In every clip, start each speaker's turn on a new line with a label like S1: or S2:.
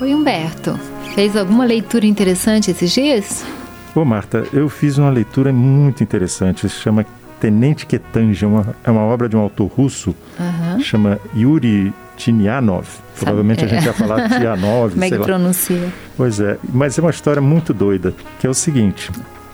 S1: Oi, Humberto. Fez alguma leitura interessante esses dias?
S2: Ô, Marta, eu fiz uma leitura muito interessante. Se chama Tenente Ketanja, uma, é uma obra de um autor russo,
S1: Aham.
S2: chama Yuri Tinianov. Provavelmente a gente vai falar Tianov,
S1: é. Como é
S2: sei
S1: que
S2: lá.
S1: pronuncia?
S2: Pois é, mas é uma história muito doida, que é o seguinte: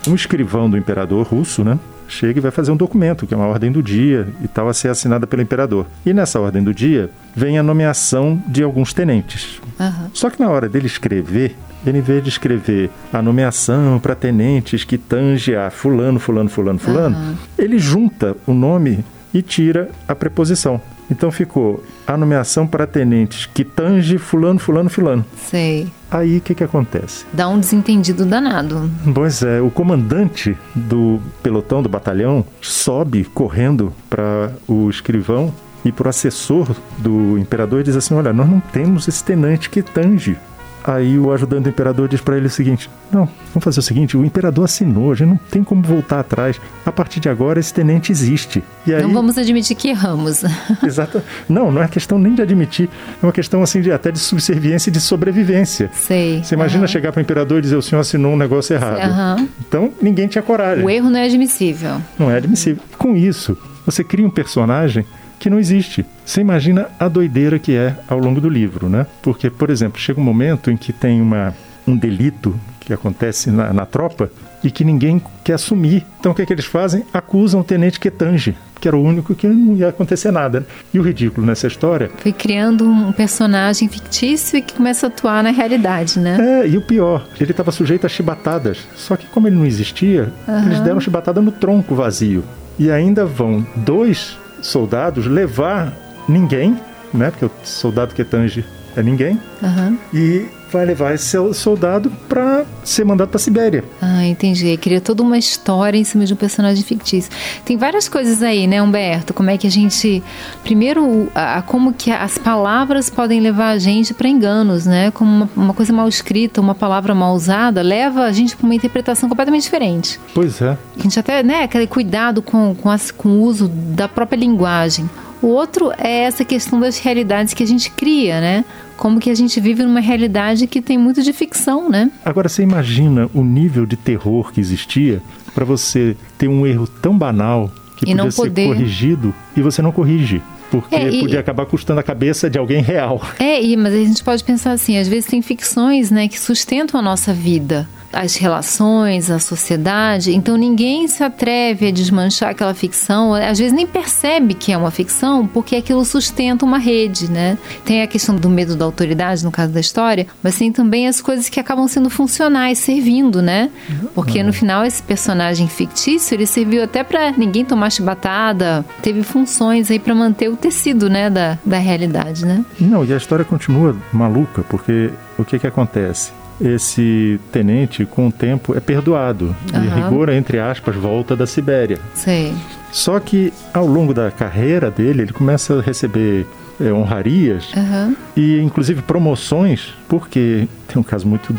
S2: um escrivão do imperador russo, né? Chega e vai fazer um documento, que é uma ordem do dia e tal, a ser assinada pelo imperador. E nessa ordem do dia vem a nomeação de alguns tenentes.
S1: Aham.
S2: Só que na hora dele escrever, ele em vez de escrever a nomeação para tenentes que tange a fulano, fulano, fulano, fulano, ele junta o nome e tira a preposição. Então ficou a nomeação para tenentes que tange fulano, fulano, fulano.
S1: Sei.
S2: Aí o que, que acontece?
S1: Dá um desentendido danado.
S2: Pois é, o comandante do pelotão, do batalhão, sobe correndo para o escrivão e para o assessor do imperador e diz assim: Olha, nós não temos esse tenente que tange. Aí o ajudante do imperador diz para ele o seguinte: Não, vamos fazer o seguinte, o imperador assinou, a gente não tem como voltar atrás. A partir de agora, esse tenente existe. E aí,
S1: Não vamos admitir que erramos.
S2: exata, não, não é questão nem de admitir, é uma questão assim de até de subserviência e de sobrevivência.
S1: Sei.
S2: Você imagina
S1: Aham.
S2: chegar para o imperador e dizer o senhor assinou um negócio errado.
S1: Aham.
S2: Então ninguém tinha coragem.
S1: O erro não é admissível.
S2: Não é admissível. Com isso, você cria um personagem que não existe. Você imagina a doideira que é ao longo do livro, né? Porque, por exemplo, chega um momento em que tem uma, um delito que acontece na, na tropa e que ninguém quer assumir. Então o que, é que eles fazem? Acusam o tenente Quetange, que era o único que não ia acontecer nada. né? E o ridículo nessa história
S1: Foi criando um personagem fictício e que começa a atuar na realidade, né?
S2: É, e o pior, ele estava sujeito a chibatadas. Só que como ele não existia, eles deram chibatada no tronco vazio. E ainda vão dois soldados levar ninguém, né? Porque o soldado que tange é ninguém.
S1: Aham.
S2: E vai levar esse soldado para ser mandado para Sibéria.
S1: Ah, entendi. Cria toda uma história em cima de um personagem fictício. Tem várias coisas aí, né, Humberto? Como é que a gente. Primeiro, o- a, a como que as palavras podem levar a gente para enganos, né? Como uma, uma coisa mal escrita, uma palavra mal usada, leva a gente para uma interpretação completamente diferente.
S2: Pois é.
S1: A gente até, né, aquele cuidado com, com, as- com o uso da própria linguagem. O outro é essa questão das realidades que a gente cria, né? Como que a gente vive numa realidade que tem muito de ficção, né?
S2: Agora você imagina o nível de terror que existia para você ter um erro tão banal que
S1: E não
S2: podia ser
S1: poder.
S2: corrigido e você não corrige. Porque
S1: É, e-
S2: podia acabar custando a cabeça de alguém real.
S1: É, e- mas a gente pode pensar assim, às vezes tem ficções, né, que sustentam a nossa vida, as relações, a sociedade. Então ninguém se atreve a desmanchar aquela ficção, às vezes nem percebe que é uma ficção, porque aquilo sustenta uma rede, né? Tem a questão do medo da autoridade no caso da história, mas tem também as coisas que acabam sendo funcionais, servindo, né? Porque no final esse personagem fictício, ele serviu até para ninguém tomar chibatada, teve funções aí para manter o tecido, né, da, da realidade, né?
S2: Não, e a história continua maluca, porque o que que acontece? Esse tenente, com o tempo, é perdoado. E
S1: Aham.
S2: rigor, entre aspas, volta da Sibéria.
S1: Sei.
S2: Só que, ao longo da carreira dele, ele começa a receber é, honrarias
S1: Aham.
S2: e, inclusive, promoções, porque tem um caso muito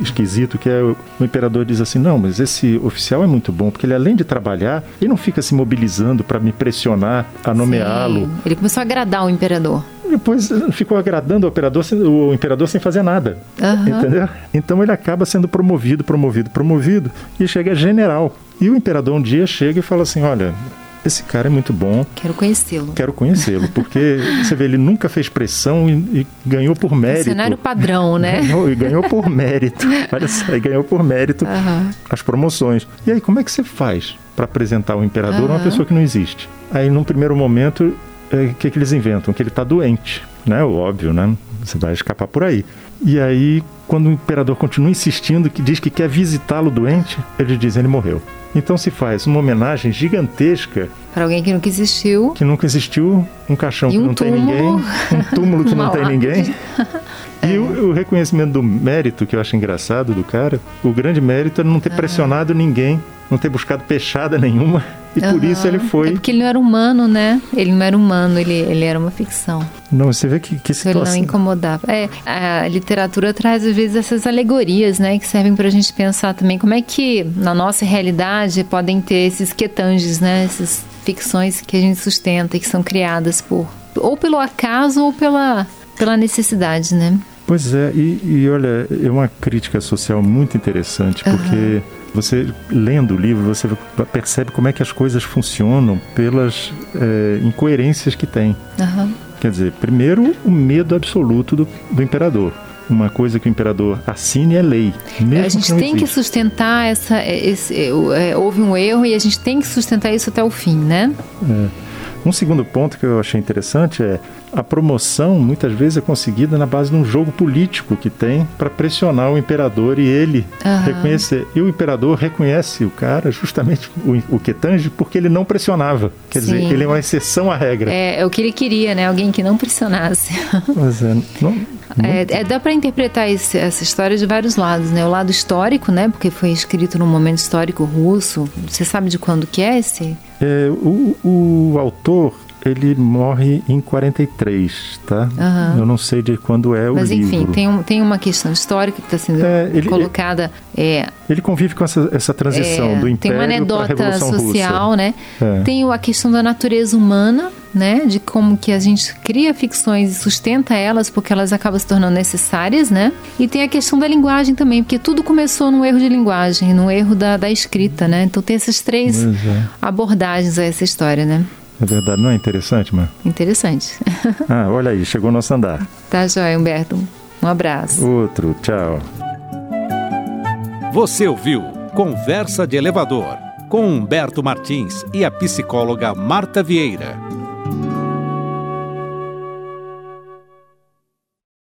S2: esquisito, que é o o imperador diz assim, não, mas esse oficial é muito bom, porque ele, além de trabalhar, ele não fica se mobilizando para me pressionar a nomeá-lo.
S1: Sim. Ele começou a agradar o imperador.
S2: Depois ficou agradando o, operador sem- o imperador sem fazer nada.
S1: Aham.
S2: Entendeu? Então ele acaba sendo promovido, promovido, promovido e chega a general. E o imperador um dia chega e fala assim: Olha, esse cara é muito bom,
S1: Quero conhecê-lo.
S2: quero conhecê-lo, porque você vê, ele nunca fez pressão e, e ganhou por mérito.
S1: Cenário padrão, né?
S2: Ganhou, e ganhou por mérito. Olha só, e ganhou por mérito
S1: Aham.
S2: as promoções. E aí, como é que você faz para apresentar o imperador a uma
S1: Aham.
S2: pessoa que não existe? Aí, num primeiro momento, é, o que, que eles inventam? Que ele está doente, né? O Óbvio, né? Você vai escapar por aí. E aí, quando o imperador continua insistindo, que diz que quer visitá-lo doente, eles dizem ele morreu. Então se faz uma homenagem gigantesca
S1: Para alguém que nunca existiu.
S2: que nunca existiu, um caixão
S1: E
S2: que
S1: um
S2: não tem
S1: túmulo.
S2: ninguém, um túmulo que
S1: Uma
S2: não tem
S1: lápide. É.
S2: ninguém. E o, o reconhecimento do mérito, que eu acho engraçado do cara, o grande mérito é não
S1: Ah.
S2: ter pressionado ninguém, não ter buscado peixada nenhuma, e por isso ele
S1: Aham. É
S2: foi.
S1: porque ele não era humano, né? Ele não era humano, ele, ele era uma ficção.
S2: Não, você vê que, que
S1: Então ele não
S2: situação.
S1: incomodava. É, a literatura traz, às vezes, essas alegorias, né? Que servem para a gente pensar também como é que, na nossa realidade, podem ter esses quetanges, né? Essas ficções que a gente sustenta e que são criadas por... Ou pelo acaso ou pela, pela necessidade, né?
S2: Pois é, e, e, olha, é uma crítica social muito interessante, porque uhum. você, lendo o livro, você percebe como é que as coisas funcionam pelas é, incoerências que tem. Uhum. Quer dizer, primeiro, o medo absoluto do, do imperador uma coisa que o imperador assine é lei.
S1: a gente que tem existe. que sustentar essa. Esse, é, houve um erro e a gente tem que sustentar isso até o fim, né?
S2: É. Um segundo ponto que eu achei interessante é a promoção muitas vezes é conseguida na base de um jogo político que tem para pressionar o imperador e ele uhum. reconhecer. E o imperador reconhece o cara, justamente o, o Ketanji, porque ele não pressionava. Quer Sim. dizer, ele é uma exceção à regra.
S1: É, é, o que ele queria, né? Alguém que não pressionasse.
S2: Mas é, não,
S1: é, é, dá para interpretar esse, essa história de vários lados, né? O lado histórico, né? Porque foi escrito num momento histórico russo. Você sabe de quando que é esse?
S2: É, o, o autor ele morre em 43, tá? Uhum. Eu não sei de quando é
S1: Mas,
S2: o
S1: enfim,
S2: livro.
S1: Mas enfim, tem, um, tem uma questão histórica que está sendo é, ele, colocada. É,
S2: ele convive com essa, essa transição é, do império para a Revolução
S1: Tem uma anedota social,
S2: Russa.
S1: né? É. Tem a questão da natureza humana, né? De como que a gente cria ficções e sustenta elas porque elas acabam se tornando necessárias, né? E tem a questão da linguagem também, porque tudo começou num erro de linguagem, num erro da, da escrita, né? Então tem essas
S2: Hum.
S1: três abordagens a essa história, né?
S2: É verdade, não é interessante, mano?
S1: Interessante.
S2: ah, olha aí, chegou o nosso andar.
S1: Tá joia, Humberto. Um abraço.
S2: Outro, tchau.
S3: Você ouviu Conversa de Elevador com Humberto Martins e a psicóloga Marta Vieira.